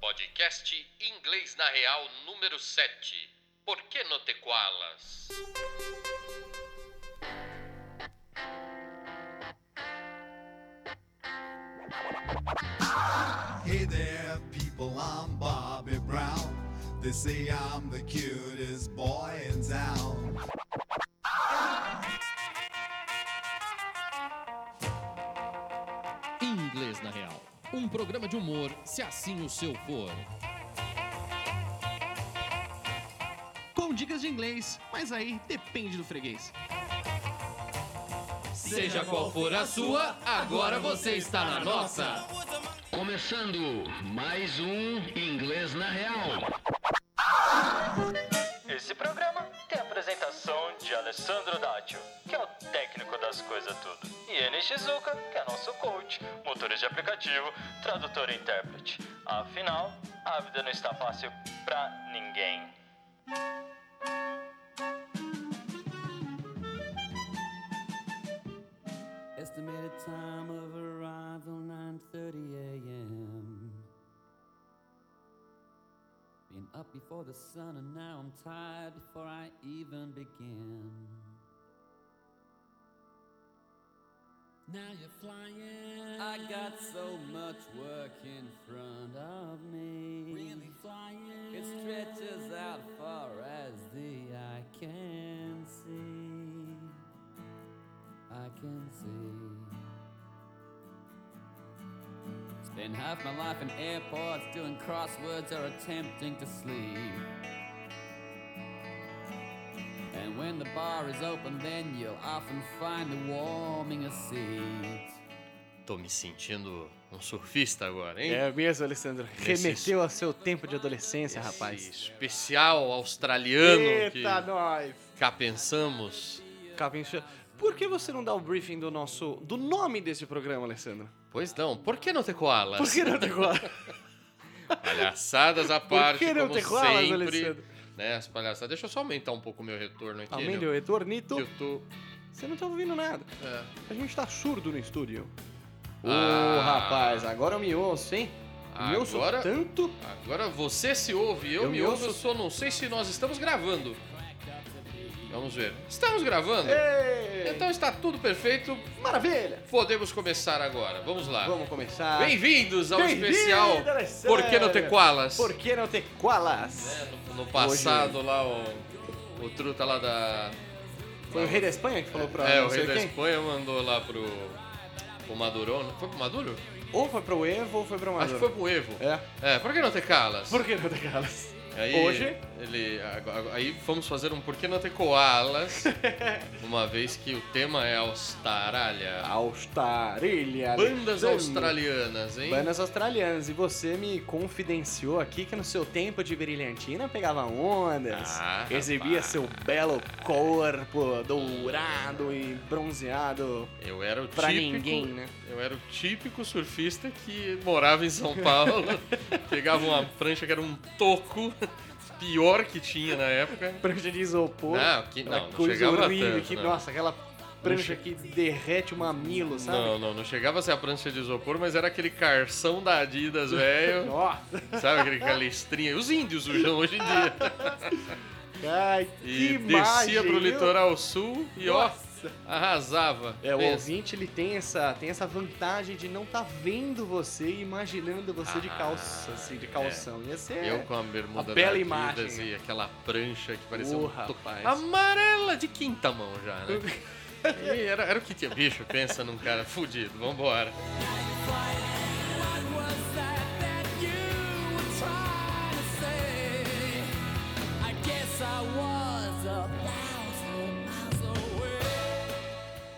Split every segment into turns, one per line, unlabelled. podcast Inglês na Real número 7. Por que não te koalas?
Hey there, people, I'm Bobby Brown. They say I'm the cutest boy in town.
Inglês na Real. Um programa de humor, se assim o seu for.
com dicas de inglês, mas aí depende do freguês.
Seja qual for a sua, agora você está na nossa.
Começando mais um Inglês na Real.
Esse programa tem a apresentação de Alessandro Dátio, que é o técnico das coisas tudo, e Eni Shizuka, que é nosso coach, motorista de aplicativo, tradutor e intérprete. Afinal, a vida não está fácil pra ninguém.
Estimated time of arrival 9:30 a.m. Been up before the sun and now I'm tired before I even begin. Now you're flying. I got so much work in front of me. Really flying. It stretches out far as the eye can see. I can see. Spend half my life in airports doing crosswords or attempting to sleep. And when the bar is open, then you'll often find a warming a seat.
Tô me sentindo um surfista agora, hein?
É mesmo, Alessandro. Remeteu ao seu tempo de adolescência,
Esse
rapaz.
especial australiano
Eita,
que
nós!
cá pensamos.
Calvin, Sch- por que você não dá o briefing do nosso. do nome desse programa, Alessandro?
Pois não, por que não te koalas?
Por que não tem cola?
Palhaçadas à parte,
que não
como
te koalas,
sempre.
Alessandro?
Né, as palhaçadas. Deixa eu só aumentar um pouco o meu retorno aqui.
Aumenta
né?
o retornito.
Que eu tô...
Você não tá ouvindo nada.
É.
A gente tá surdo no estúdio. Ô,
Ah.
rapaz, agora eu me ouço, hein? Me ouço
Agora-
tanto.
Agora você se ouve, eu,
Eu
me
me
ouço, eu
ouço.
só não sei se nós estamos gravando. Vamos ver. Estamos gravando?
É. Ei,
Então está tudo perfeito,
Maravilha!
podemos começar agora. Vamos lá.
Vamos começar.
Bem-vindos ao
Bem-vindo,
especial
Alessandro!
Por que não ter koalas?
Por que não ter koalas?
No, no passado lá o, o truta lá da
Foi o rei da Espanha que falou pra
É, o
não sei
rei da
quem?
Espanha mandou lá pro pro Maduro, não foi pro Maduro?
Ou foi pro Evo ou foi pra um
Acho
Maduro.
que foi pro Evo.
É.
É, por que não ter calas?
Por que não ter koalas?
Aí,
Hoje?
Ele, agora- aí fomos fazer um Por que não ter koalas? uma vez que o tema é Austrália.
Australia.
Bandas
Alexandre.
australianas, hein?
Bandas australianas. E você me confidenciou aqui que no seu tempo de brilhantina pegava ondas,
Ah,
exibia
rapaz.
seu belo corpo dourado e bronzeado
Eu era o
pra
típico,
ninguém, né?
Eu era o típico surfista que morava em São Paulo, pegava uma prancha que era um toco, pior que tinha na época.
Prancha de isopor.
Não, que-
aquela
não, não
coisa
chegava
horrível
tanto,
que,
não.
nossa, aquela prancha que derrete o mamilo, sabe?
Não, não, não chegava a ser a prancha de isopor, mas era aquele carção da Adidas, velho.
Nossa,
Sabe aquele calestrinha? Os índios usam hoje em dia.
ai, que
E
imagem,
descia pro
viu?
litoral sul e ó,
Nossa.
arrasava.
É, o
Pensa.
ouvinte ele tem essa, tem essa vantagem de não tá vendo você e imaginando você de
Ah,
calça, assim, de calção. Ia ser.
Eu com a bermuda
Uma
da
bela
Adidas
imagem.
e aquela prancha que parecia
Ô,
um to-
rapaz.
amarela de quinta mão já, né? E era, era o que tinha. Bicho, pensa num cara fudido. Vambora.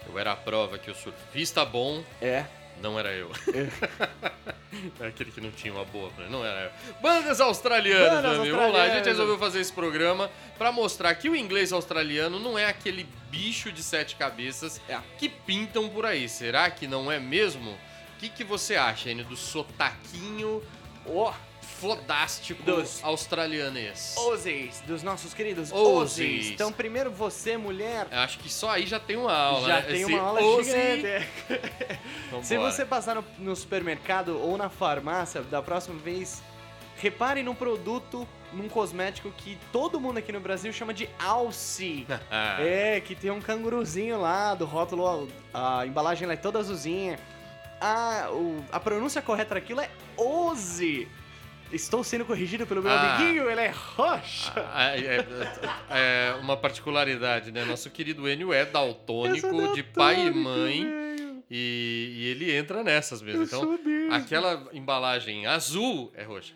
Eu era a prova que o surfista bom
É.
não era eu. era aquele que não tinha uma boa prancha. Não era eu. Bandas australianas,
Bandas
meu amigo. Vamos lá, a gente
australianas.
resolveu fazer esse programa pra mostrar que o inglês australiano não é aquele bicho de sete cabeças
É.
que pintam por aí. Será que não é mesmo? O que, que você acha, Enio, do sotaquinho
Ó,
fodástico
Dos-
australianês?
Ozis, dos nossos queridos
Ozis.
Ozis. Então, primeiro você, mulher.
Eu Acho que só aí já tem uma aula.
Já
né?
tem
Esse
uma aula
Aussie-
gigante. é. Se
Vambora.
você passar no, no supermercado ou na farmácia, da próxima vez, Reparem num produto, num cosmético que todo mundo aqui no Brasil chama de Alce.
Ah.
é, que tem um canguruzinho lá do rótulo, a, a embalagem lá é toda azulzinha. A, o- a pronúncia correta daquilo é Oze. Estou sendo corrigido pelo meu
Ah.
amiguinho, ele é Rocha.
Ah, é, é- é uma particularidade, né? Nosso querido Enio é daltônico,
Eu sou
de pai e
daltônico,
mãe.
velho.
E, e ele entra nessas mesmo.
Eu
então,
sou mesmo.
aquela embalagem azul é roxa.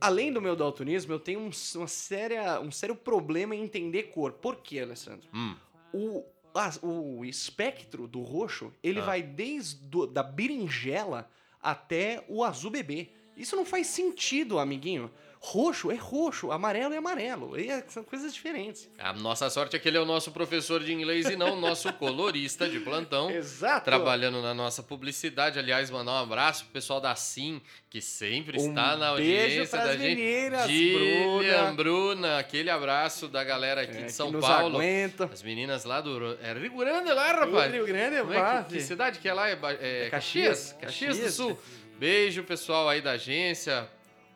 Além do meu daltonismo, eu tenho um, uma séria, um sério problema em entender cor. Por quê, Alessandro?
Hum.
O, as- o espectro do roxo,
Ah.
ele vai desde do- da berinjela até o azul bebê. Isso não faz sentido, amiguinho. Roxo é roxo, amarelo é amarelo. E é- são coisas diferentes.
A nossa sorte é que ele é o nosso professor de inglês e não o nosso colorista de plantão.
Exato.
Trabalhando na nossa publicidade, aliás, mandar um abraço pro pessoal da Sim, que sempre está na audiência
Um beijo pras
da gente.
meninas,
Gillian,
Bruna,
Bruna, aquele abraço da galera aqui
é,
de São
que nos
Paulo.
aguenta.
As meninas lá do. Ro- É Rio Grande lá,
O
rapaz.
Rio Grande
Como é que, que
Vale.
cidade que é lá? É, Ba- é
É
Caxias?
Caxias,
Caxias do
Caxias. é.
Sul. Beijo, pessoal aí da agência.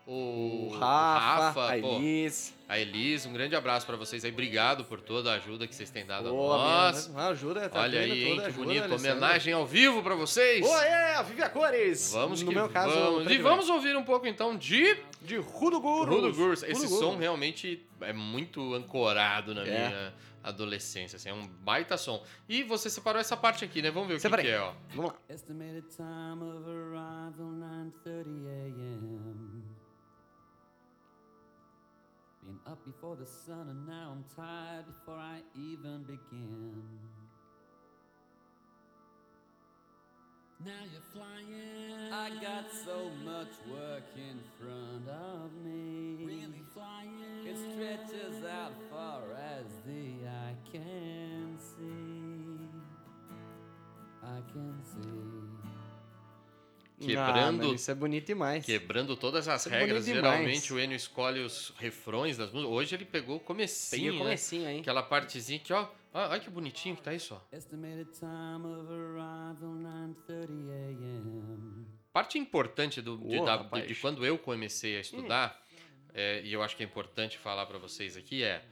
O,
O Rafa,
Rafa,
a
pô,
Elis.
a Elis. Um grande abraço pra vocês aí. Obrigado por toda a ajuda que vocês têm dado
Pô,
a nós.
mesmo, né? ajuda, tá
Tá Olha
vendo
aí, hein?
toda
Que
ajuda,
bonito.
Alessandra.
Homenagem ao vivo pra vocês.
Boa, é, vive a cores!
Vamos
no
que
meu caso,
vamos. E
Preto
vamos ouvir um pouco então de
Branco. de Rudo Gurus.
Rudo Gurus. Esse
Rudo
som
Gurus.
realmente é muito ancorado na
É.
minha adolescência, assim, é um baita som. E você separou essa parte aqui, né? Vamos ver o que,
Separei.
que é, ó.
Vamos lá.
Estimated time of arrival 9:30 a.m. Been up before the sun and now I'm tired before I even begin. Now you're flying. I got so much work in front of me. Really flying. It stretches out far as the eye can see. I can see.
Quebrando-
Ah, mano, isso é bonito demais.
Quebrando todas as
Isso é
regras,
bonito demais.
geralmente o Enio escolhe os refrões das músicas. Hoje ele pegou o comecinho,
Peguei o comecinho,
né?
hein?
Aquela partezinha que, ó, ó, olha que bonitinho que tá isso, ó.
Estimated time of arrival 9:30 a.m.
Parte importante do, de,
Ô,
da-
rapaz.
de quando eu comecei a estudar, é, e eu acho que é importante falar pra vocês aqui, é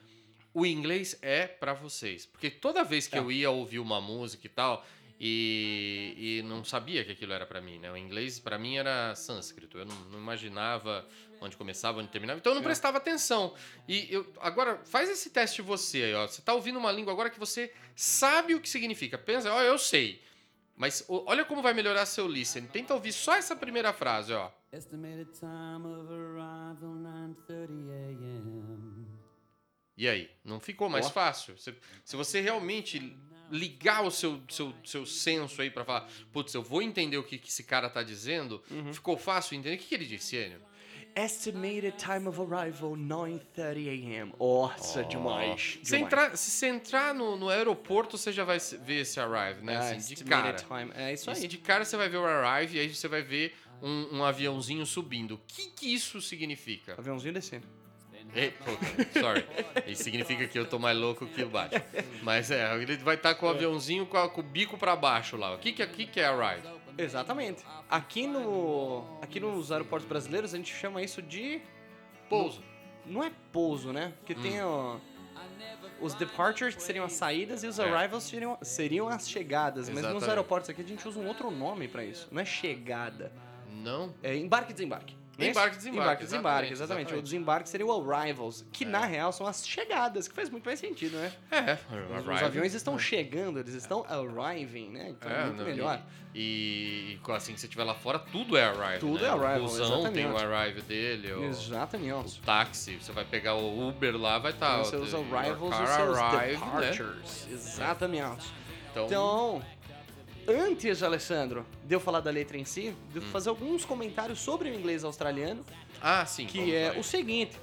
o inglês é pra vocês. Porque toda vez
Tá.
que eu ia ouvir uma música e tal, e, e não sabia que aquilo era pra mim, né? O inglês pra mim era sânscrito. Eu não, não imaginava onde começava, onde terminava. Então eu
É.
não prestava atenção. E eu agora faz esse teste você aí, ó. Você tá ouvindo uma língua agora que você sabe o que significa. Pensa, ó, eu sei. Mas o- olha como vai melhorar seu listen. Tenta ouvir só essa primeira frase, ó.
Estimated time of arrival 9:30 a.m.
E aí, não ficou mais fácil? Se, se você realmente ligar o seu, seu, seu senso aí pra falar, putz, eu vou entender o que, que esse cara tá dizendo,
Uhum.
ficou fácil entender? O que, que ele disse, Enio?
Estimated time of arrival 9:30 a.m. Nossa, demais.
Se,
demais.
entrar, se você entrar no, no aeroporto, você já vai se- ver esse arrive, né?
Ah,
Assim, de cara.
estimated time. É isso
Isso,
aí.
de cara você vai ver o arrive e aí você vai ver um, um aviãozinho subindo. O que, que isso significa?
Aviãozinho descendo.
Ei, pô, sorry. Isso significa que eu tô mais louco que o Batman. Mas é, ele vai estar com o aviãozinho com, a- com o bico pra baixo lá. O que, que, é- o que, que é arrive?
Exatamente. Aqui no aqui nos aeroportos brasileiros a gente chama isso de
Pouso.
não é pouso, né? Porque tem
Hum.
ó, os departures que seriam as saídas e os arrivals seriam, seriam as chegadas. Mas nos
É. Exatamente.
aeroportos aqui a gente usa um outro nome pra isso. Não é chegada.
Não.
É embarque e desembarque. Não é isso?
Embarque e desembarque,
Embarque e
exatamente,
desembarque, exatamente.
exatamente.
O desembarque seria o arrivals, que na real são as chegadas, que faz muito mais sentido, né?
É,
Os,
arrive.
aviões estão chegando, eles estão arriving, né? Então é, muito
né? É. não,
melhor.
E, e assim que você estiver lá fora, tudo é arrive.
Tudo
né?
é arrival,
O busão tem o
exatamente.
arrive dele, o
Exatamente.
táxi. Você vai pegar o Uber lá, vai estar.
Então, você usa
Ah, o né?
arrivals e os seus departures. Exatamente.
É. Então,
Então, antes, Alessandro, de eu falar da letra em si, de
Hum.
eu fazer alguns comentários sobre o inglês australiano,
ah, sim. vamos
que é
lá.
o seguinte.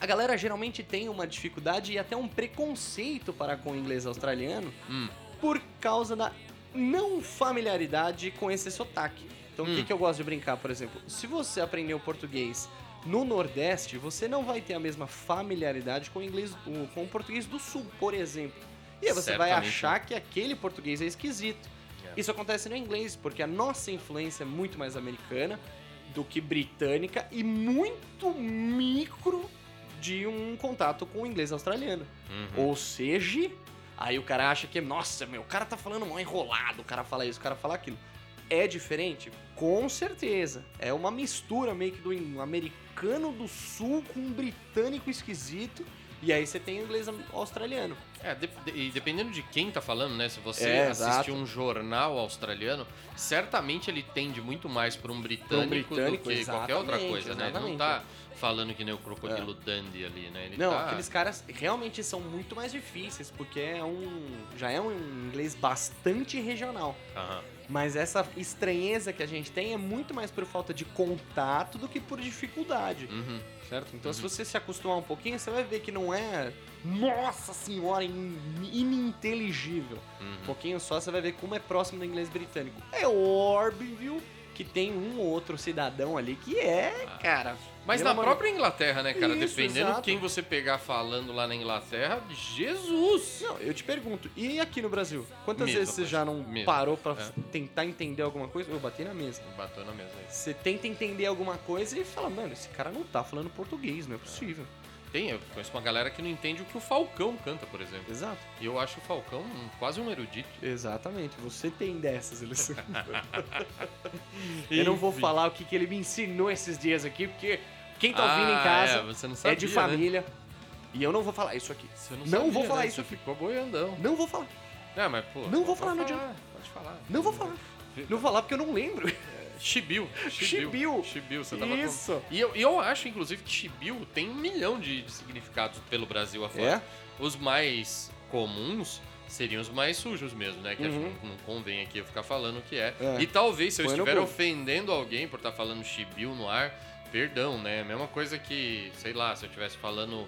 A galera geralmente tem uma dificuldade e até um preconceito para com o inglês australiano
Hum.
por causa da não familiaridade com esse sotaque. Então, o
Hum.
que, que eu gosto de brincar, por exemplo? Se você aprendeu português no Nordeste, você não vai ter a mesma familiaridade com o inglês, o- com o português do Sul, por exemplo. E aí você vai
Certamente.
achar que aquele português é esquisito.
É.
Isso acontece no inglês, porque a nossa influência é muito mais americana do que britânica e muito micro de um contato com o inglês australiano.
Uhum.
Ou seja, aí o cara acha que, nossa, meu, o cara tá falando mal enrolado, o cara fala isso, o cara fala aquilo. É diferente? Com certeza. É uma mistura meio que do in- americano do sul com um britânico esquisito. E aí você tem o inglês am- australiano.
É, de- de- e dependendo de quem tá falando, né? Se você
É,
assistir
exato.
um jornal australiano, certamente ele tende muito mais pra um britânico,
britânico,
do que qualquer outra
exatamente,
coisa, né? Ele não
exatamente. É.
tá falando que nem o crocodilo Dandy ali, né? Ele
Não,
tá...
aqueles caras realmente são muito mais difíceis, porque é um. já é um inglês bastante regional.
Aham.
Mas essa estranheza que a gente tem é muito mais por falta de contato do que por dificuldade,
Uhum.
certo? Então, se você se acostumar um pouquinho, você vai ver que não é, nossa senhora, in- ininteligível.
Uhum.
Um pouquinho só, você vai ver como é próximo do inglês britânico. É óbvio que tem um ou outro cidadão ali que é, cara.
Ah. Mas
pelo
na
amor de
própria Inglaterra, né, cara?
Isso,
Dependendo
exato.
quem você pegar falando lá na Inglaterra, Jesus!
Não, eu te pergunto, e aqui no Brasil? Quantas
Mesma
vezes você
coisa,
já não
mesma.
parou pra
É.
tentar entender alguma coisa? Eu bati na mesa.
Bateu na mesa aí.
Você tenta entender alguma coisa e fala, mano, esse cara não tá falando português, não é possível.
Tem, eu conheço uma galera que não entende o que o Falcão canta, por exemplo.
Exato.
E eu acho o Falcão um- quase um erudito.
Exatamente, você tem dessas, Alessandro. eu não vou
Enfim.
falar o que, que ele me ensinou esses dias aqui, porque quem tá
Ah,
ouvindo em casa
é,
é,
você não sabia,
de
né?
família. E eu não vou falar isso aqui.
Você
não
sabia,
vou
né?
falar
Você
isso aqui.
Ficou boiandão.
Não vou falar,
Não, mas pô.
Não vou
pode
falar, não
Pode falar.
não vou falar. Não vou falar porque eu não lembro.
Chibiu.
Chibiu.
Chibiu, você tava
Isso.
com- E eu, e eu acho, inclusive, que chibiu tem um milhão de, de significados pelo Brasil
É?
afora. Os mais comuns seriam os mais sujos mesmo, né? Que acho que não, não convém aqui eu ficar falando o que é.
Uhum. É.
E talvez, se eu
Põe no
estiver
Google.
ofendendo alguém por estar falando chibiu no ar, perdão, né? Mesma coisa que, sei lá, se eu estivesse falando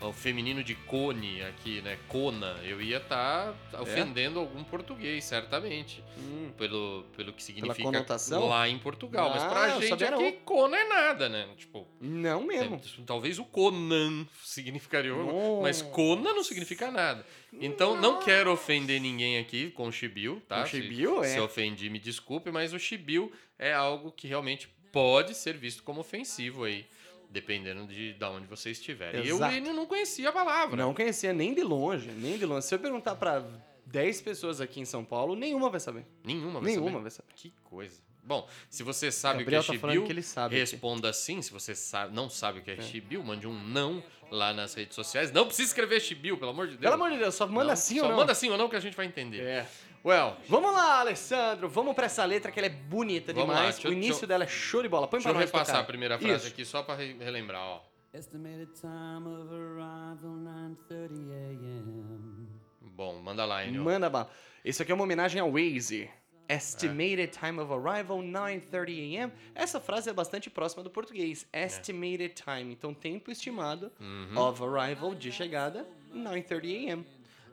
o feminino de cone aqui, né? Cona, eu ia estar
É.
ofendendo algum português, certamente
Hum,
pelo, pelo que significa
conotação?
lá em Portugal. Mas
Ah,
pra
eu
gente
sabia não.
aqui, Conan é nada, né? Tipo,
não mesmo.
é, talvez o Conan significaria, alguma- mas
Nossa.
Conan não significa nada. Então, não quero ofender ninguém aqui com o Chibiu, tá?
Com chibiu,
se,
é.
se ofendi, me desculpe, mas o Chibiu é algo que realmente pode ser visto como ofensivo aí. Dependendo de, de onde você estiver. E eu
Exato.
ele não conhecia a palavra.
Não conhecia nem de longe, nem de longe. Se eu perguntar pra 10 pessoas aqui em São Paulo, nenhuma vai saber.
Nenhuma vai
nenhuma
saber.
vai saber.
Que coisa. Bom, se você sabe
Gabriel
o que é
tá
Chibiu,
falando que ele sabe aqui.
responda sim. Se você sabe- não sabe o que é, Chibiu, mande um não lá nas redes sociais. Não precisa escrever Chibiu, pelo amor de Deus.
Pelo amor de Deus, só manda
Não,
assim
só
ou não.
manda sim ou não que a gente vai entender.
É.
Well,
Vamos lá, Alessandro. Vamos pra essa letra que ela é bonita
Vamos lá,
demais.
deixa eu-
o início
deixa eu-
dela é show de bola. Põe
deixa eu
pra nós
repassar
tocar.
a primeira frase
Isso.
aqui só pra re- relembrar, ó.
Estimated time of arrival 9:30 a.m.
Bom, manda lá, hein.
Manda bala. Isso aqui é uma homenagem ao Waze.
É.
Estimated time of arrival 9:30 a.m. Essa frase é bastante próxima do português.
É.
Estimated time, então tempo estimado
Uhum.
of arrival de chegada 9:30 a.m.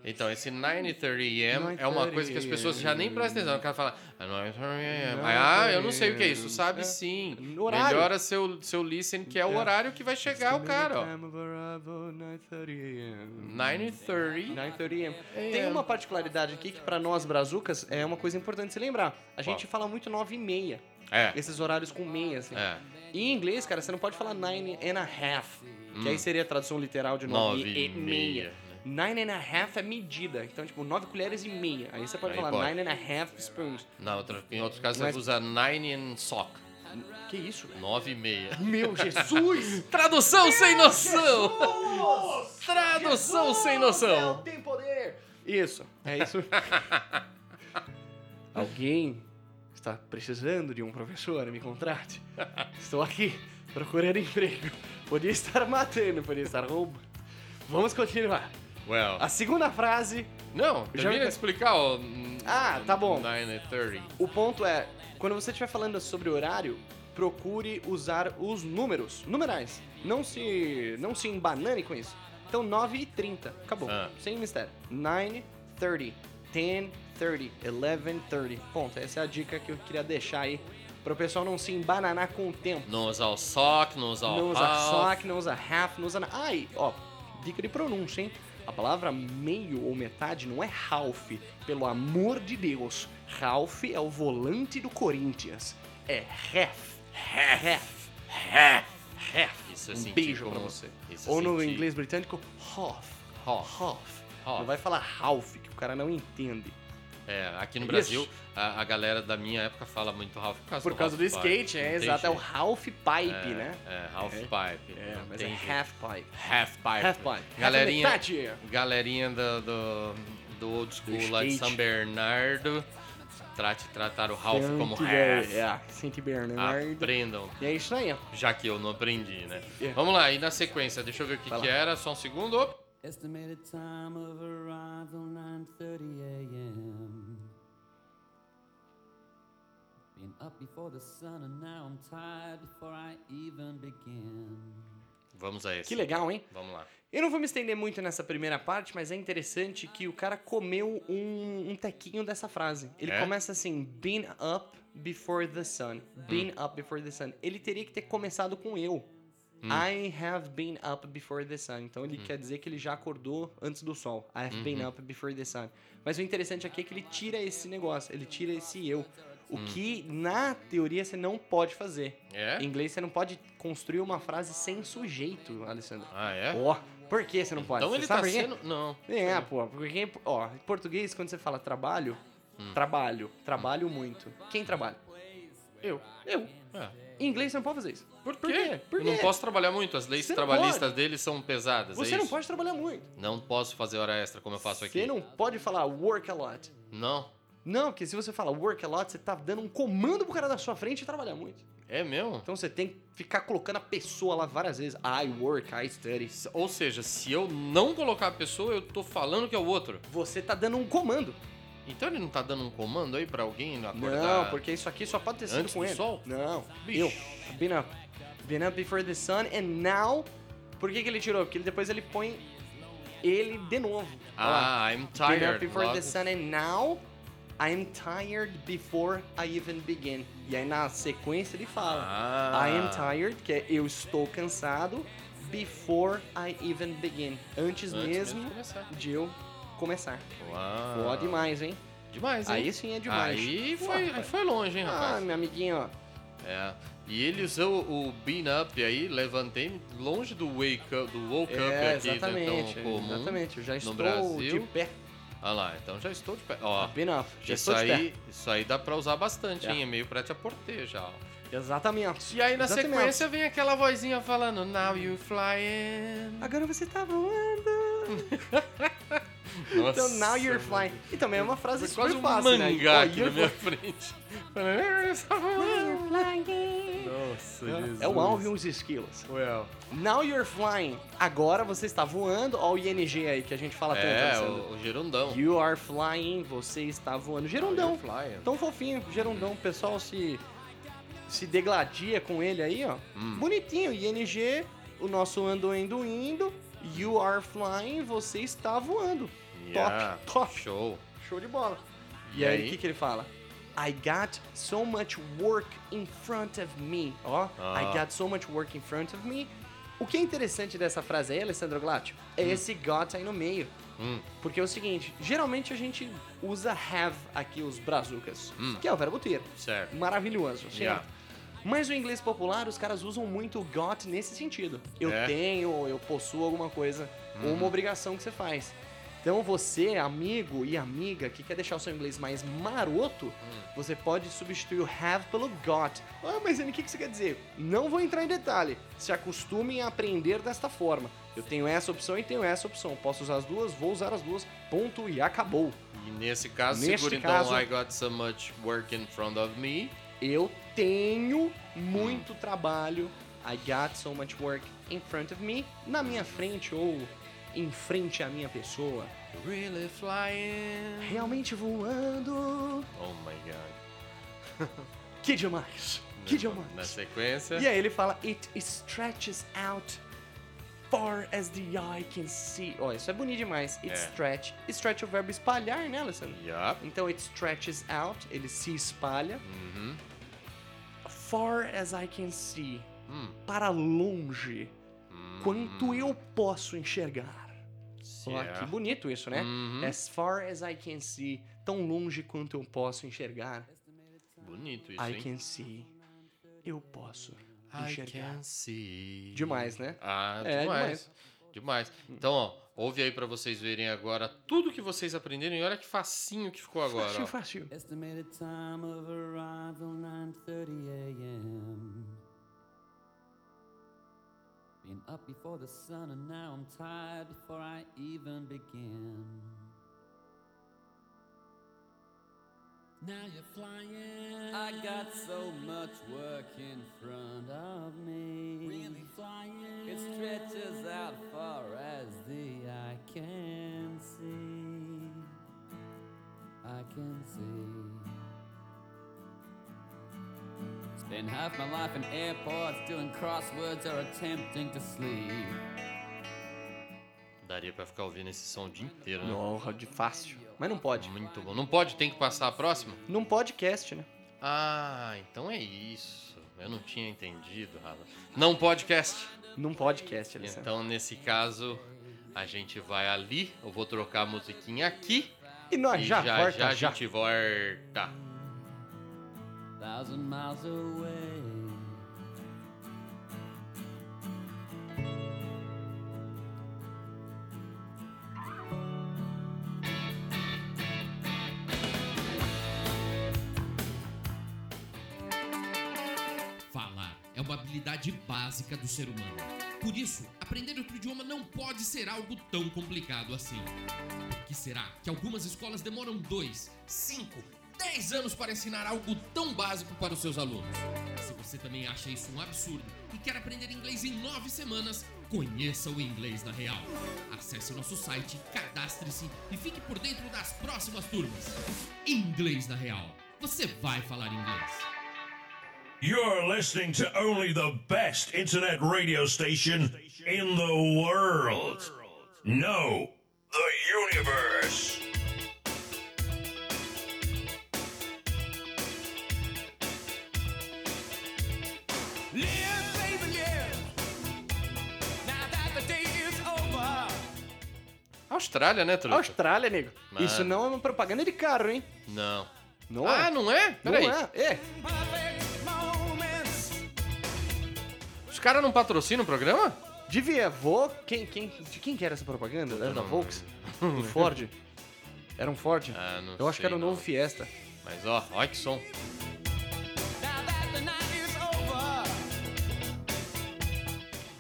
Então, esse 9.30am é uma coisa que as pessoas já nem prestam atenção. O cara fala, "Ah, 9:30 am." Aí, Ah, eu não sei o que é isso. Sabe
É.
sim.
No horário.
Melhora seu, seu listen, que é o
É.
horário que vai chegar o cara, ó.
Time of arrival 9:30 a.m.
9.30
9:30 a.m. Tem uma particularidade aqui que pra nós brazucas é uma coisa importante se lembrar. A gente fala muito 9 e meia.
É.
Esses horários com meia, assim.
É.
Em inglês, cara, você não pode falar nine and a half, que aí seria a tradução literal de nove,
Hum. Nove
e,
e meia,
meia. Nine and a half é medida, então, tipo, nove colheres e meia. Aí você pode
Aí
falar
pode.
nine and a half spoons.
Na outra, em outros casos,
Mas-
você usa nine and sock.
Que isso, velho?
Nove e meia.
Meu Jesus!
Tradução sem noção! Tradução sem noção!
tem poder! Isso, é isso. Alguém está precisando de um professor, me contrate. Estou aqui procurando emprego. Podia estar matando, podia estar roubando. Vamos continuar.
Well,
A segunda frase,
não,
já
termina
me-
de explicar, ó. hum,
Ah, tá bom.
Nine and thirty.
o ponto é, quando você estiver falando sobre horário, procure usar os números, numerais. Não se, não se embanane com isso. Então 9 e 30, acabou,
Ah.
sem mistério. 9, 30, 10, 30, 11, 30. Ponto, essa é a dica que eu queria deixar aí, para o pessoal não se embananar com o tempo.
Não usar o sock, não usar
Não
o
usa
half.
sock, não usa half, não usa nada. Ai, ó, dica de pronúncia, hein? A palavra meio ou metade não é half, pelo amor de Deus. Half é o volante do Corinthians. É half.
half, half, half. Isso assim,
beijo
tipo,
pra
um-
você.
Isso
Ou
assim,
no
de-
inglês britânico, Hoff.
Half.
Hoff.
Half.
Não vai falar Ralph, que o cara não entende.
É, aqui no
Isso.
Brasil, a, a galera da minha época fala muito Ralph por causa
Por
do,
causa
Ralph
do
tá Pipe.
skate, é
Não tem
exato. É o
jeito.
Half Pipe,
É,
né?
É, Half Pipe.
É,
não
mas é
tem jeito.
Half Pipe.
Half Pipe.
Half Pipe.
Galerinha,
Half metade.
galerinha do, do, do old school
Do
lá de
skate.
São Bernardo, trate tratar o Ralph como
Saint Ber-
Half. Ah,
É, Saint Bernard.
Aprendam,
E é isso aí, ó.
já que eu não aprendi, né?
É.
Vamos lá, e na sequência, deixa eu ver o que,
Vai
que
lá.
era, só um segundo. Op.
Estimated time of arrival 9:30 a.m. Been up before the sun and now I'm tired before I even begin.
Vamos a esse.
Que legal, hein?
Vamos lá.
Eu não vou me estender muito nessa primeira parte, mas é interessante que o cara comeu um, um tequinho dessa frase. Ele
É?
começa assim, been up before the sun. Been
Hum.
up before the sun. Ele teria que ter começado com eu.
Hum.
I have been up before the sun. Então ele quer dizer que ele já acordou antes do sol. I have
Uhum.
been up before the sun. Mas o interessante aqui é que ele tira esse negócio, ele tira esse eu. O que, na teoria, você não pode fazer.
Hum. É?
Em inglês, você não pode construir uma frase sem sujeito, Alessandro.
Ah, é?
Ó, por que você não pode?
Então
Você
ele
sabe
tá
por quê?
sendo. Hum. Não.
É, pô, porque, ó, em português, quando você fala trabalho,
Hum.
trabalho, trabalho muito. Quem trabalha? Eu. Eu.
É.
Em inglês você não pode fazer isso.
Por,
Ah, quê? Por
Eu não
quê?
posso trabalhar muito, as leis
Você não
trabalhistas
pode.
dele são pesadas.
Você
é
não
isso?
pode trabalhar muito.
Não posso fazer hora extra como eu faço aqui.
Você não pode falar work a lot.
Não.
Não, porque se você fala work a lot, você tá dando um comando pro cara da sua frente e trabalhar muito.
É mesmo?
Então você tem que ficar colocando a pessoa lá várias vezes. I work, I study.
Ou seja, se eu não colocar a pessoa, eu tô falando que é o outro.
Você tá dando um comando.
Então ele não tá dando um comando aí pra alguém acordar?
Não, porque isso aqui só pode ter sido
Antes
com
do
ele.
sol?
Não.
Bicho.
Eu. I've Been up. Been up before the sun and now. Por que, que ele tirou? Porque ele- depois ele põe ele de novo. Olha lá.
Ah, I'm
Been up
tired.
before
logo.
the sun and now. I'm tired before I even begin. E aí na sequência ele fala.
Ah.
I am tired, que é eu estou cansado. Before I even begin.
Antes
Antes, mesmo,
mesmo Ah. de começar.
de eu começar.
Uau.
Boa demais, hein?
Demais, hein?
Aí sim é demais.
Aí
Pô,
foi, aí
rapaz.
foi longe, hein,
Ah,
rapaz?
meu amiguinho, ó.
É. E ele usou o bean up aí, levantei longe do wake up, do woke
É,
up aqui,
exatamente,
né, tão comum.
exatamente. Eu já estou
Brasil.
de pé.
Olha lá, então já estou de pé. Ó,
Bem up. Já
isso
estou de
aí, isso aí dá pra usar bastante,
É.
hein? É meio pra te aporter já, ó.
pé. Exatamente.
E aí na
Exatamente.
sequência vem aquela vozinha falando Now you flying.
Agora você tá voando.
Nossa,
Então, now you're
mano.
flying. E também é uma
Foi
frase super
quase um
fácil, né?
mangá
Ó,
aqui na
you're
minha frente.
Nossa,
flying. É o alvo e os esquilos.
well.
Now you're flying. Agora você está voando. Ó o ING aí que a gente fala tanto.
É,
Alessandro.
o, o gerundão.
You are flying. Você está voando. Gerundão.
Now you're flying.
Tão fofinho. Gerundão. O pessoal se... Se degladia com ele aí, ó.
Hum.
Bonitinho. ING, o nosso andoendo indo. You are flying. Você está voando.
Yeah,
Top, top.
Show.
Show de bola.
E
E, aí, o
aí?
que, que ele fala? I got so much work in front of me. Ó,
Ah.
I got so much work in front of me. O que é interessante dessa frase aí, Alessandro Glatio, é esse got aí no meio.
Hum.
Porque é o seguinte, geralmente a gente usa have aqui, os brazucas, que é o verbo ter.
Certo.
Maravilhoso, certo?
É. Yeah.
Mas o inglês popular, os caras usam muito o got nesse sentido. Eu
É. Uhum.
tenho, ou eu possuo alguma coisa, ou uma obrigação que você faz. Então você, amigo e amiga, que quer deixar o seu inglês mais maroto,
Hum.
você pode substituir o have pelo got. Ah, mas Anny, o que que você quer dizer? Não vou entrar em detalhe. Se acostumem a aprender desta forma. Eu tenho essa opção e tenho essa opção. Posso usar as duas, vou usar as duas, ponto e acabou.
E nesse caso,
Neste
segura
caso-
então I got so much work in front of me.
Eu tenho muito trabalho. I got so much work in front of me. Na minha frente ou em frente à minha pessoa.
Really flying.
Realmente voando.
Oh my god.
Que demais. Que
Na
demais.
sequência.
E aí ele fala, it stretches out far as the eye can see. Ó, isso é bonito demais. It
É.
stretch. Stretch é o verbo espalhar, né, Alessandro?
Yup.
Então it stretches out, ele se espalha.
Uhum.
Far as I can see.
Hum.
Para longe. Quanto eu posso enxergar. Ó, que
Yeah.
bonito isso, né?
Uhum.
As far as I can see. Tão longe quanto eu posso enxergar.
Bonito isso,
I
hein?
can see. eu posso
I
enxergar.
can see.
Demais, né?
Ah,
É, Hum.
demais. Demais. Então, ó, ouve aí pra vocês verem agora tudo que vocês aprenderam e olha que facinho que ficou agora.
Fácil,
ó.
fácil.
Estimated time of arrival 9:30 a.m. Been up before the sun and now I'm tired before I even begin. Now you're flying. I got so much work in front of me. Really flying. It stretches out far as the eye can see. I can see. Spend half my life in airports doing crosswords or attempting to sleep.
Daria pra ficar ouvindo esse som o dia inteiro, né?
Não, de fácil. Mas não pode.
Muito bom. Não pode, tem que passar a próxima?
Num podcast, né?
Ah, então é isso. Eu não tinha entendido, Rafa. Não podcast.
Num podcast, Alessandro.
Então, nesse caso, a gente vai ali. Eu vou trocar a musiquinha aqui.
e nós
e
Ah, já,
já,
corta,
já a
já.
gente volta.
Thousand miles away.
Falar é uma habilidade básica do ser humano. Por isso, aprender outro idioma não pode ser algo tão complicado assim. Que será que algumas escolas demoram dois, cinco, dez anos para ensinar algo tão básico para os seus alunos? Se você também acha isso um absurdo e quer aprender inglês em nove semanas, conheça o inglês na real. Acesse o nosso site, cadastre-se e fique por dentro das próximas turmas. Inglês na real. Você vai falar inglês.
You're listening to only the best internet radio station in the world. No, the universe.
Austrália, né, Truta?
Austrália, nego.
Mano.
Isso não é uma propaganda de carro, hein?
Não.
Não
ah,
é?
não é?
Não
Peraí.
é? É.
Os caras não patrocinam o programa?
Devia, vou. Quem, quem, de quem que era essa propaganda? Era da
não-
Volks? Do Ford? Era um Ford?
Ah, não
Eu acho que
sei,
era o
não.
novo Fiesta.
Mas ó, olha que som.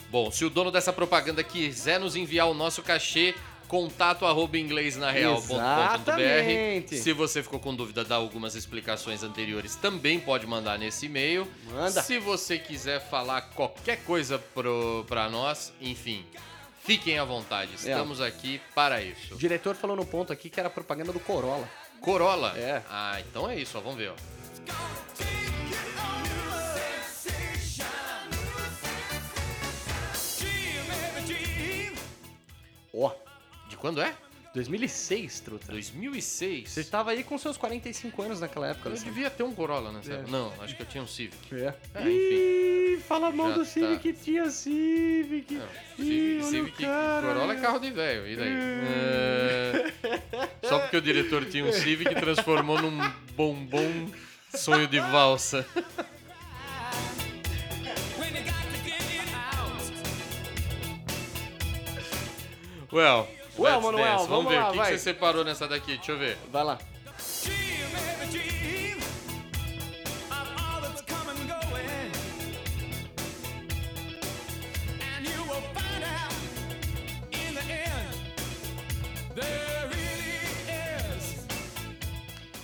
Bom, se o dono dessa propaganda quiser nos enviar o nosso cachê, contato arroba inglesnareal.com.br.
Exatamente.
Se você ficou com dúvida de algumas explicações anteriores, também pode mandar nesse e-mail.
Manda.
Se você quiser falar qualquer coisa pro, pra nós, enfim, fiquem à vontade.
É.
Estamos aqui para isso.
O diretor falou no ponto aqui que era propaganda do Corolla.
Corolla?
É.
Ah, então é isso, ó, vamos ver, ó.
Ó,
De quando é?
2006, truta.
2006.
Você tá estava aí com seus 45 anos naquela época.
Eu
Alessandro.
devia ter um Corolla nessa
É.
época. Não, acho que eu tinha um Civic.
É.
É,
Ih, fala mal
Já tá.
do Civic, tinha Civic.
Não, Civic,
Ih, olha
Civic
o cara.
Corolla é carro de velho. E daí? É, Só porque o diretor tinha um Civic e transformou num bombom sonho de valsa. Well,
Well,
let's
Manuel,
dance.
vamos
vamos ver
lá,
o que, que
vai.
você separou nessa daqui. Deixa eu ver.
Vai lá.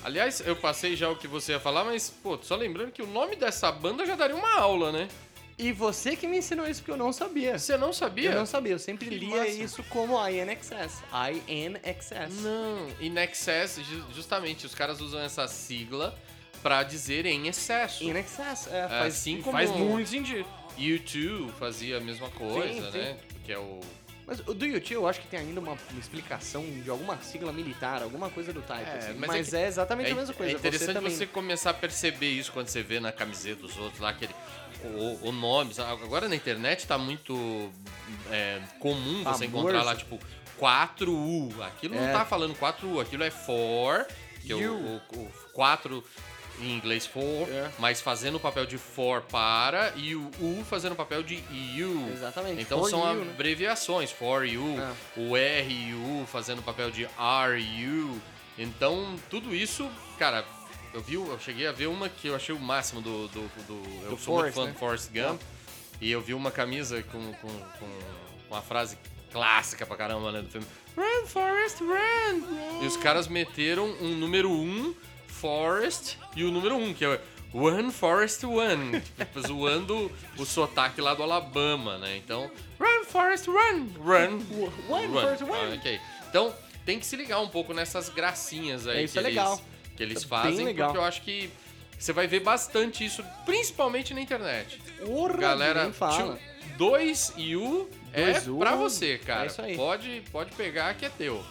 Aliás, eu passei já o que você ia falar, mas, pô, só lembrando que o nome dessa banda já daria uma aula, né?
E você que me ensinou isso porque eu não sabia.
Você não sabia?
Eu não sabia, eu sempre
Que
lia
massa.
isso como INXS. INXS.
Não, in excess, ju- justamente, os caras usam essa sigla pra dizer em excesso.
INXS, é, faz,
assim
faz
como-
muito sentido.
U2 fazia a mesma coisa,
Sim, sim.
né? Que é o...
Mas o do YouTube eu acho que tem ainda uma uma explicação de alguma sigla militar, alguma coisa do type.
É,
assim.
mas
Mas,
é que-
é, exatamente
É,
a mesma
é
coisa. você
interessante
também.
você começar a perceber isso quando você vê na camiseta dos outros lá, aquele... O, o nome, sabe? agora na internet tá muito é, comum
Famoso.
você encontrar lá, tipo, 4U. Aquilo
É.
não tá falando 4U, aquilo é for, que é o,
You.
o, o 4 em inglês for,
É.
mas fazendo o papel de for para e o U fazendo o papel de you.
Exatamente,
Então
for
são
you, né? É.
abreviações, for you, o R e o U fazendo o papel de are you. Então, tudo isso, cara, eu vi, eu cheguei a ver uma que eu achei o máximo do. do, do- eu
Do
sou
Forrest,
muito fã
né?
do Forrest Gump. E eu vi uma camisa com, com, com, com a frase clássica pra caramba né, do filme. Run, Forrest, run! E os caras meteram um número 1, um, Forrest, e o número 1, um, que é One Forrest One. tipo, zoando o sotaque lá do Alabama, né? Então, Run, Forrest, run! Run!
One Forrest, one.
Ah, ok. Então, tem que se ligar um pouco nessas gracinhas aí
É, isso
que,
é legal.
Eles, que eles
Bem
fazem,
legal.
porque eu acho que você vai ver bastante isso, principalmente na internet.
Porra,
Galera,
nem fala.
tio, dois e U é
Dois U,
pra você, cara.
é isso aí.
Pode, pode pegar que é teu.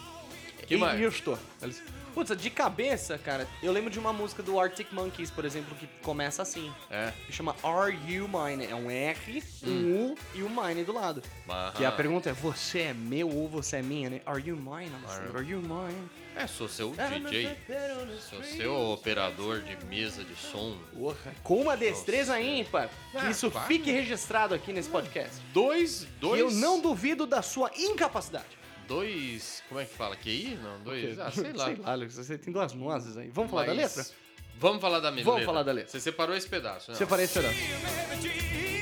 Que
e
mais?
Houston. Eles- Putz, de cabeça, cara, eu lembro de uma música do Arctic Monkeys, por exemplo, que começa assim.
É.
Que chama Are You Mine? É um R, um
Hum.
U e um Mine do lado.
Aham.
Que a pergunta é, você é meu ou você é minha, né? Are you mine, Alessandro? Are you mine?
É, sou seu DJ.
é
Sou seu operador de mesa de som.
Porra, com uma destreza
Nossa.
ímpar. Que
Ah,
isso
claro.
fique registrado aqui nesse podcast.
Dois, dois.
E eu não duvido da sua incapacidade.
Dois. Como é que fala? QI? Não, dois. Ah, sei lá.
sei lá, Lucas, você tem duas nozes aí. Vamos falar da
Mas-
letra?
Vamos falar da letra.
Vamos falar da letra.
Você separou esse pedaço, né?
Você parece esse pedaço.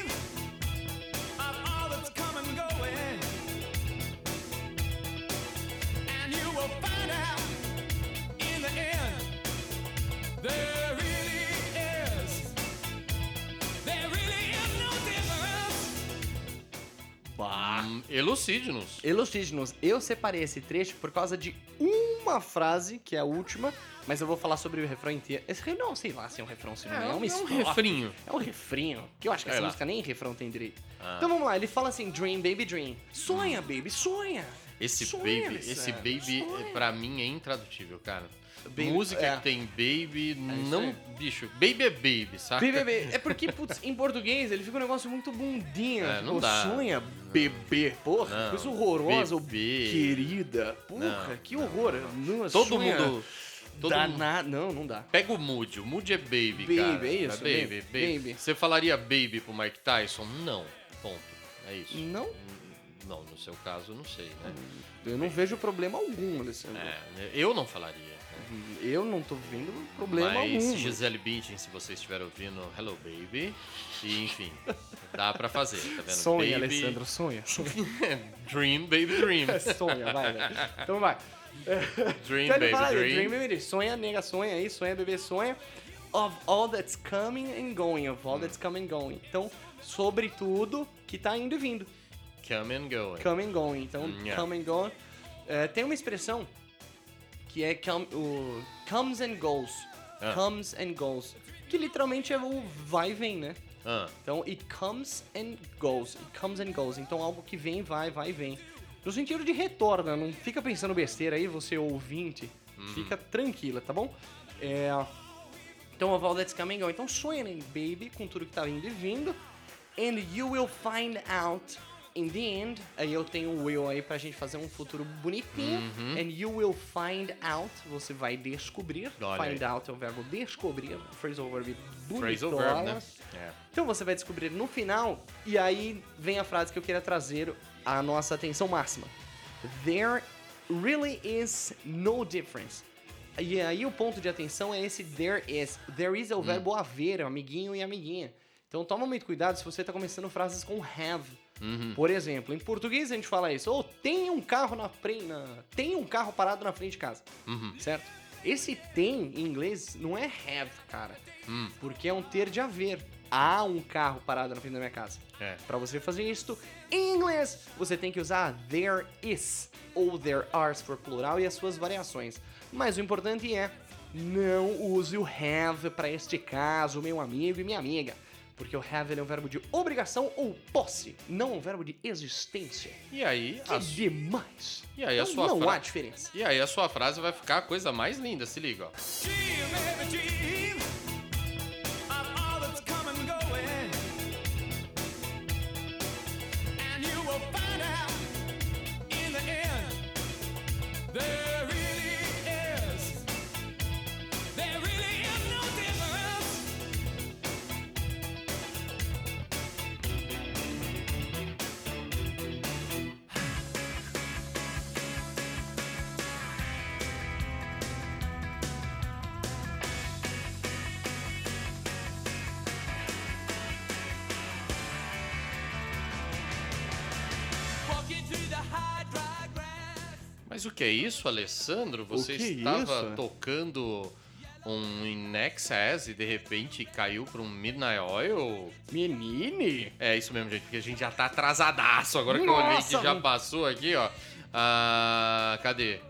Hum, Elucide-nos.
Elucidnos, eu separei esse trecho por causa de uma frase, que é a última, mas eu vou falar sobre o refrão inteiro. Esse refrão, não sei lá se é um refrão, se não é, é uma
um
estrofe.
refrinho.
É um refrinho, que eu acho que
Sei
essa
lá. Ah.
música nem refrão tem direito. Então vamos lá, ele fala assim, dream, baby, dream. Sonha, baby, sonha.
Esse
Sonha,
baby,
Alessandro,
esse baby,
sonha.
pra mim, é intradutível, cara.
Baby-
Música
é.
que tem baby,
isso
não.
aí.
Bicho, baby é baby, saca?
BBB. É porque, putz, em português ele fica um negócio muito bundinha.
É, não
Pô,
dá.
sonha, bebê. Porra,
Não,
coisa horrorosa. ô
bebê.
Querida. Porra,
Não,
que horror. Nossa,
Todo
sonha
mundo. Todo mundo.
Daná... Não, não dá.
Pega o Moody. O Moody é baby,
Baby,
cara.
é isso,
baby,
baby,
baby,
baby.
Você falaria baby pro Mike Tyson? Não. Ponto. É isso.
Não,
Não, no seu caso, não sei, né?
eu não vejo problema algum, Alessandro.
É, eu não falaria. né?
Eu não tô vendo problema
Mas
algum.
Gisele Bündchen, se você estiver ouvindo, hello baby. E enfim, dá pra fazer, tá vendo?
Sonha,
baby,
Alessandro, sonha.
dream, baby, dream.
sonha, vai, velho. Então vai.
Dream,
Então ele
baby,
fala ali,
dream.
dream, baby, sonha, nega, sonha aí, sonha, bebê, sonha. Of all that's coming and going, of all
Hum.
that's coming and going. Então, sobre tudo que tá indo e vindo.
Come and go. hein?
Come and going. Então,
Hum, Yeah.
come and going. É, tem uma expressão que é come- o comes and goes.
Ah.
Comes and goes. Que literalmente é o vai e vem, né?
Ah,
Então, it comes and goes. It comes and goes. Então, algo que vem, vai, vai, vem. No sentido de retorna, não fica pensando besteira aí, você ouvinte.
Hum.
Fica tranquila, tá bom? É... Então, a Valdez Camengão. Então, sonhem, baby, com tudo que tá vindo e vindo. And you will find out in the end. Aí eu tenho o will aí pra gente fazer um futuro bonitinho.
Uhum.
And you will find out. Você vai descobrir.
Olha aí.
find out é o verbo descobrir. Phrasal verb
phrasal
bonitola.
verb, né? É.
Então você vai descobrir no final, e aí vem a frase que eu queria trazer à nossa atenção máxima. There really is no difference. E aí o ponto de atenção é esse there is. There is é o verbo haver, amiguinho e amiguinha. Então toma muito cuidado se você tá começando frases com have. Por exemplo, em português a gente fala isso, ou tem um carro na frente, tem um carro parado na frente de casa, certo? Esse tem em inglês não é have, cara, porque é um ter de haver. Há um carro parado na frente da minha casa.
É.
Pra você fazer isto em inglês, você tem que usar there is ou there are for plural e as suas variações. Mas o importante é não use o have para este caso, meu amigo e minha amiga, porque o have ele é um verbo de obrigação ou posse, não um verbo de existência.
E aí,
Que
a, su-
demais.
E aí a
Então
sua
não
fra-
há diferença.
e aí a sua frase vai ficar a coisa mais linda, se liga, ó.
There really is no difference.
Mas o que é isso, Alessandro? Você
que é
estava
isso?
tocando um In Excess e de repente caiu para um Midnight Oil?
Menine?
É isso mesmo, gente, porque a gente já tá atrasadaço agora que eu olhei
Nossa,
que já
mano.
passou aqui, ó. Ah, cadê?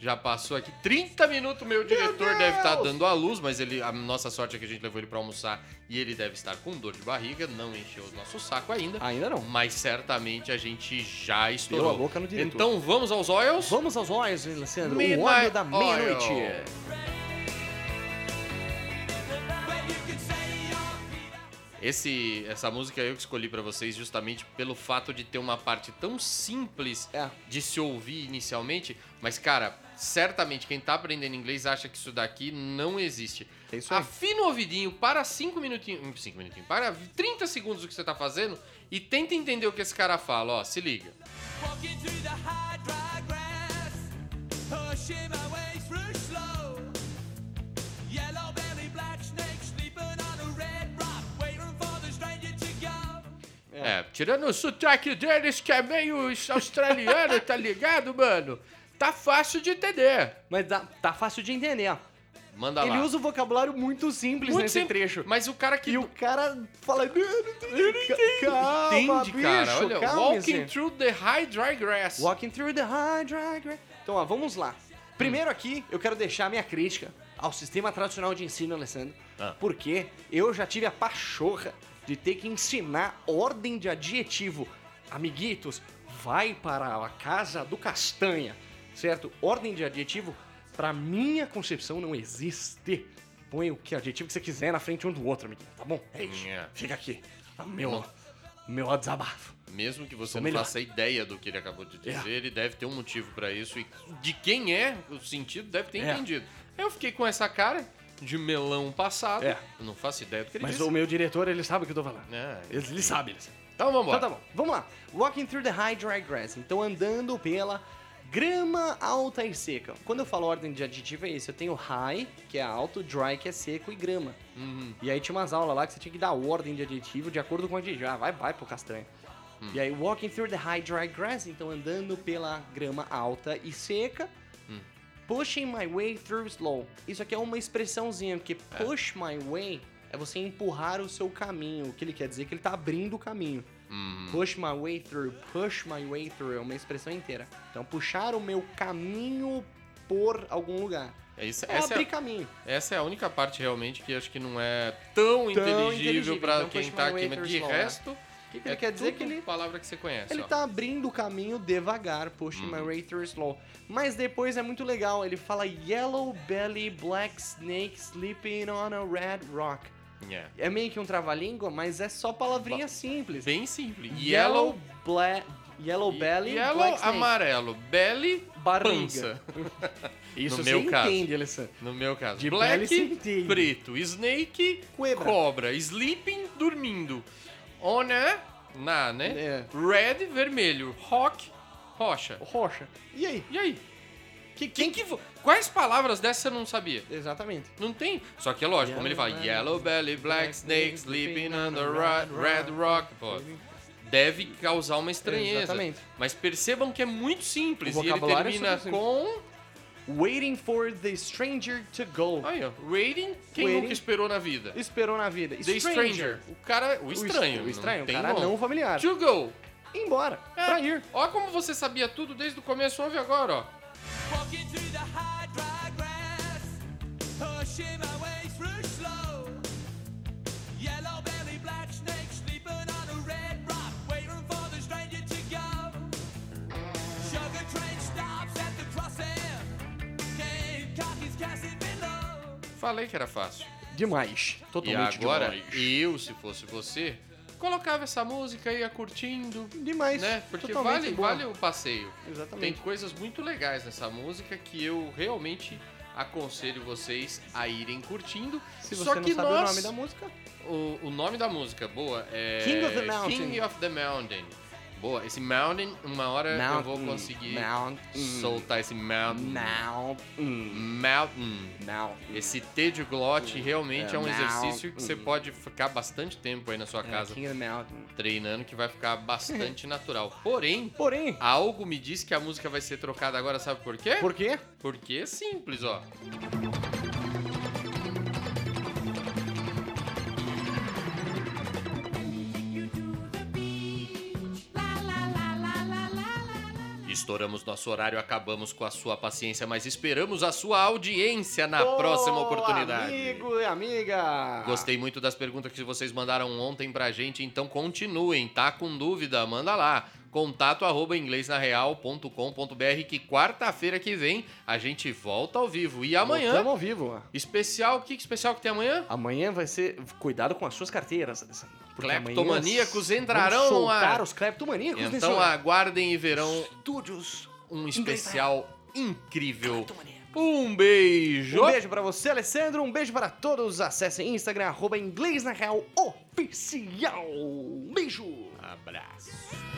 Já passou aqui 30 minutos, meu diretor deve estar dando a luz, mas ele, a nossa sorte é que a gente levou ele para almoçar e ele deve estar com dor de barriga, não encheu o nosso saco ainda.
Ainda não.
Mas certamente a gente já estourou.
a boca no diretor.
Então vamos aos oils?
Vamos aos olhos, Alessandro. o
Midnight
óleo da meia-noite.
Oil. Esse, essa música eu que escolhi pra vocês justamente pelo fato de ter uma parte tão simples
É.
de se ouvir inicialmente, mas cara, certamente quem tá aprendendo inglês acha que isso daqui não existe.
É isso aí.
Afina o ouvidinho para 5 minutinhos, 5 minutinhos, para 30 segundos o que você tá fazendo e tenta entender o que esse cara fala, ó, se liga.
Walking through the high, dry grass, pushing my way through slow. Yellow belly, black snake, sleeping on a red rock, waiting for the stranger to go.
É, tirando o sotaque deles que é meio australiano, tá ligado, mano? Tá fácil de entender.
Mas dá- tá fácil de entender.
Manda
Ele
Tá lá.
usa um vocabulário muito simples
Muito
nesse
sim-
trecho.
Mas o cara que
E o cara fala... Eu não entendi. Calma,
entende, cara,
Ah, bicho,
olha,
calma,
walking
Zé.
through the high dry grass.
Walking through the high dry grass. Então, ó, vamos lá. Primeiro aqui, eu quero deixar a minha crítica ao sistema tradicional de ensino, Alessandro.
Ah.
Porque eu já tive a pachorra de ter que ensinar ordem de adjetivo. Amiguitos, vai para a casa do castanha, certo? Ordem de adjetivo, pra minha concepção, não existe. Põe o que adjetivo que você quiser na frente um do outro, amiguinho, tá bom? É isso.
Yeah.
Fica aqui. Ah,
Tá
Meu, meu desabafo.
Mesmo que você
Ou
não
melhor.
faça ideia do que ele acabou de dizer,
Yeah.
ele deve ter um motivo pra isso e de quem é o sentido deve ter
Yeah.
entendido. Eu fiquei com essa cara de melão passado.
Yeah.
Eu não faço ideia do que ele
Mas
disse.
o meu diretor, ele sabe o que eu tô falando.
É.
Ele, ele sabe, ele sabe.
Então vamos
Então tá bom, vamos lá. Walking through the high dry grass. Então andando pela grama alta e seca. Quando eu falo ordem de adjetivo é isso. Eu tenho high, que é alto, dry, que é seco, e grama. E aí tinha umas aulas lá que você tinha que dar ordem de adjetivo de acordo com o adjetivo. Ah, vai, vai pro castanho. E aí, walking through the high dry grass, então andando pela grama alta e seca. Pushing my way through slow. Isso aqui é uma expressãozinha, porque push my way é você empurrar o seu caminho. O que ele quer dizer é que ele tá abrindo o caminho. Push my way through, push my way through, é uma expressão inteira. Então, puxar o meu caminho por algum lugar.
É isso,
É
essa,
abrir
é,
caminho.
essa é a única parte realmente que acho que não é tão, inteligível
inteligível,
pra
então
quem
push
tá
my way
aqui. Mas
through
de
slow, né?
resto,
O que, que
é
ele quer dizer? é Que ele
palavra que você conhece.
Ele
ó.
tá abrindo o caminho devagar, pushing
Uhum.
my way through slow. Mas depois é muito legal, ele fala Yellow Belly Black Snake Sleeping on a Red Rock.
Yeah.
É meio que um trava-língua, mas é só palavrinha simples.
Bem simples. Yellow,
Bla Yellow Belly
yellow
Black Snake.
é amarelo, belly,
Barriga.
pança.
Isso
No
você
meu caso.
entende, Alessandro.
No meu caso,
De
black,
pele se entende.
preto, snake,
Cuebra.
cobra, sleeping, dormindo. Ona, na, né?
É.
Red, vermelho, rock, rocha.
Rocha. E aí?
E aí?
Que,
Quem que vo- Quais palavras dessa você não sabia?
Exatamente.
Não tem. Só que é lógico, como ele fala,
Yellow
yellow belly, black snake, sleeping on the red, red rock. Pô, deve causar uma estranheza.
Exatamente.
Mas percebam que é muito simples.
O
E ele
vocabulário é
termina assim.
super
com...
Waiting for the stranger to go.
Aí, ó. Rating, quem
Waiting.
nunca esperou na vida?
Esperou na vida.
The Stranger. O cara. O estranho.
é O estranho, o
tem
cara
nome.
não familiar.
To go.
Embora.
É.
Pra ir.
Ó como você sabia tudo desde o começo, ouve agora, ó.
Walking through the high, dry grass, pushing my way through slow. Yellow belly, black snake, sleeping on a red rock, waiting for the stranger to go. Sugar train stops at the crossing, Gamecock is casting below.
Falei que era fácil.
Demais.
E
Totalmente
agora,
demais.
eu, se fosse você, colocava essa música e ia curtindo.
Demais.
Né? Porque
É Totalmente
vale,
boa.
vale o passeio. Tem
Exatamente.
coisas muito legais nessa música que eu realmente aconselho vocês a irem curtindo.
Se você
Só
não
que
sabe
nós
o nome da música,
O, o nome da música, boa, é.
King of the Mountain.
King of the Mountain, Boa, esse mountain, uma hora É, eu vou
Mountain,
conseguir
mountain,
soltar esse mountain.
Mountain.
Mountain.
Mountain.
Esse T de glote realmente é,
É,
um
não.
exercício que você pode ficar bastante tempo aí na sua casa
É, King of the Mountain.
treinando, que vai ficar bastante natural. Porém,
Porém,
algo me diz que a música vai ser trocada agora, sabe por quê?
por quê?
Porque é simples, ó. Estouramos nosso horário, acabamos com a sua paciência, mas esperamos a sua audiência na
Ô,
próxima oportunidade.
Amigo e amiga.
Gostei muito das perguntas que vocês mandaram ontem pra gente, então continuem, tá com dúvida? Manda lá. Contato arroba inglesnareal.com.br que quarta-feira que vem a gente volta ao vivo. E amanhã,
Estamos ao vivo.
especial, o que que especial que tem amanhã?
Amanhã vai ser. Cuidado com as suas carteiras, Alessandro. porque amanhã
Cleptomaníacos
vamos
entrarão no ar.
soltar os cleptomaníacos nesse
Então
horário.
aguardem e verão
Estúdios.
um especial incrível. Um beijo!
Um beijo pra você, Alessandro. Um beijo pra todos. Acessem Instagram, arroba inglês na real oficial. Um beijo.
Abraço.